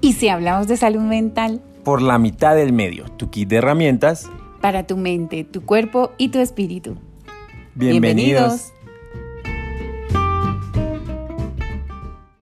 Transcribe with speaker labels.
Speaker 1: Y si hablamos de salud mental,
Speaker 2: por la mitad del medio, tu kit de herramientas.
Speaker 1: para tu mente, tu cuerpo y tu espíritu.
Speaker 2: Bienvenidos.